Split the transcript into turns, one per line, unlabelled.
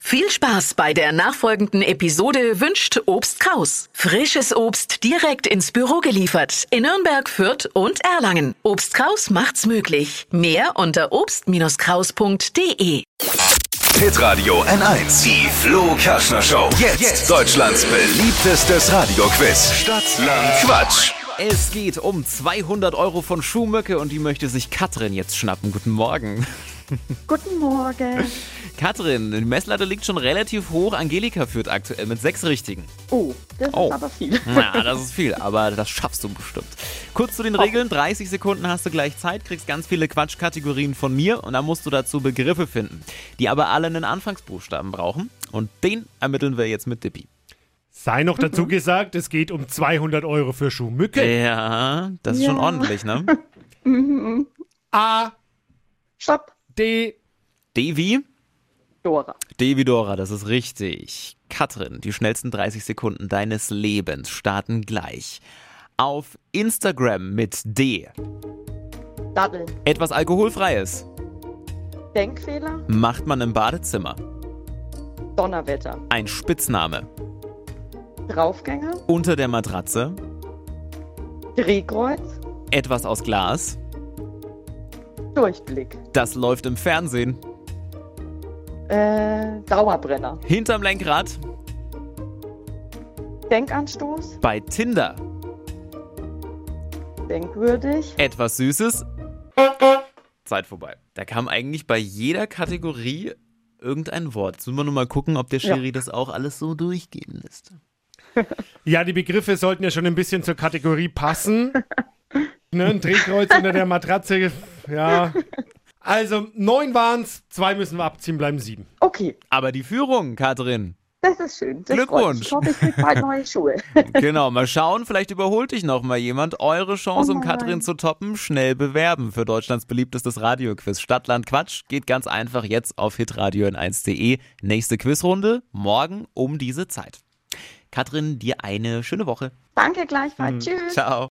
Viel Spaß bei der nachfolgenden Episode wünscht Obst Kraus. Frisches Obst direkt ins Büro geliefert in Nürnberg, Fürth und Erlangen. Obst Kraus macht's möglich. Mehr unter obst-kraus.de.
Pit Radio N1, die Flo Kaschner Show. Jetzt, Deutschlands beliebtestes Radioquiz. Stadt, Land, Quatsch.
Es geht um 200 Euro von Schuhmöcke und die möchte sich Katrin jetzt schnappen. Guten Morgen.
Guten Morgen.
Katrin, die Messlatte liegt schon relativ hoch. Angelika führt aktuell mit sechs Richtigen.
Oh, das
Oh.
ist aber viel.
Na, das ist viel, aber das schaffst du bestimmt. Kurz zu den Regeln. 30 Sekunden hast du gleich Zeit, kriegst ganz viele Quatschkategorien von mir und dann musst du dazu Begriffe finden, die aber alle einen Anfangsbuchstaben brauchen. Und den ermitteln wir jetzt mit Dippi.
Sei noch dazu gesagt, es geht um 200 Euro für Schuhmücke.
Äh. Ja, das ist schon
Ja.
ordentlich, ne?
A,
Stopp.
D,
Devi?
Dora.
Devidora, das ist richtig. Katrin, die schnellsten 30 Sekunden deines Lebens starten gleich. Auf Instagram mit D.
Daddeln.
Etwas Alkoholfreies
Denkfehler.
macht man im Badezimmer.
Donnerwetter.
Ein Spitzname.
Draufgänger.
Unter der Matratze.
Drehkreuz.
Etwas aus Glas.
Durchblick.
Das läuft im Fernsehen.
Äh, Dauerbrenner.
Hinterm Lenkrad.
Denkanstoß.
Bei Tinder.
Denkwürdig.
Etwas Süßes. Zeit vorbei. Da kam eigentlich bei jeder Kategorie irgendein Wort. Jetzt müssen wir nur mal gucken, ob der Schiri das auch alles so durchgehen lässt.
Ja, die Begriffe sollten ja schon ein bisschen zur Kategorie passen. ne, ein Drehkreuz unter der Matratze, ja. Also, neun waren's, zwei müssen wir abziehen, bleiben sieben.
Okay,
Aber die Führung, Katrin.
das ist schön. Das freut
Glückwunsch.
mich. Ich hoffe, ich krieg bald neue Schuhe.
Genau, mal schauen, vielleicht überholt dich noch mal jemand. Eure Chance,
Oh
um Katrin
nein.
zu toppen, schnell bewerben für Deutschlands beliebtestes Radioquiz. Stadtland Quatsch geht ganz einfach jetzt auf hitradio in 1.de. Nächste Quizrunde morgen um diese Zeit. Katrin, dir eine schöne Woche.
Danke gleichfalls. Tschüss.
Hm. Ciao.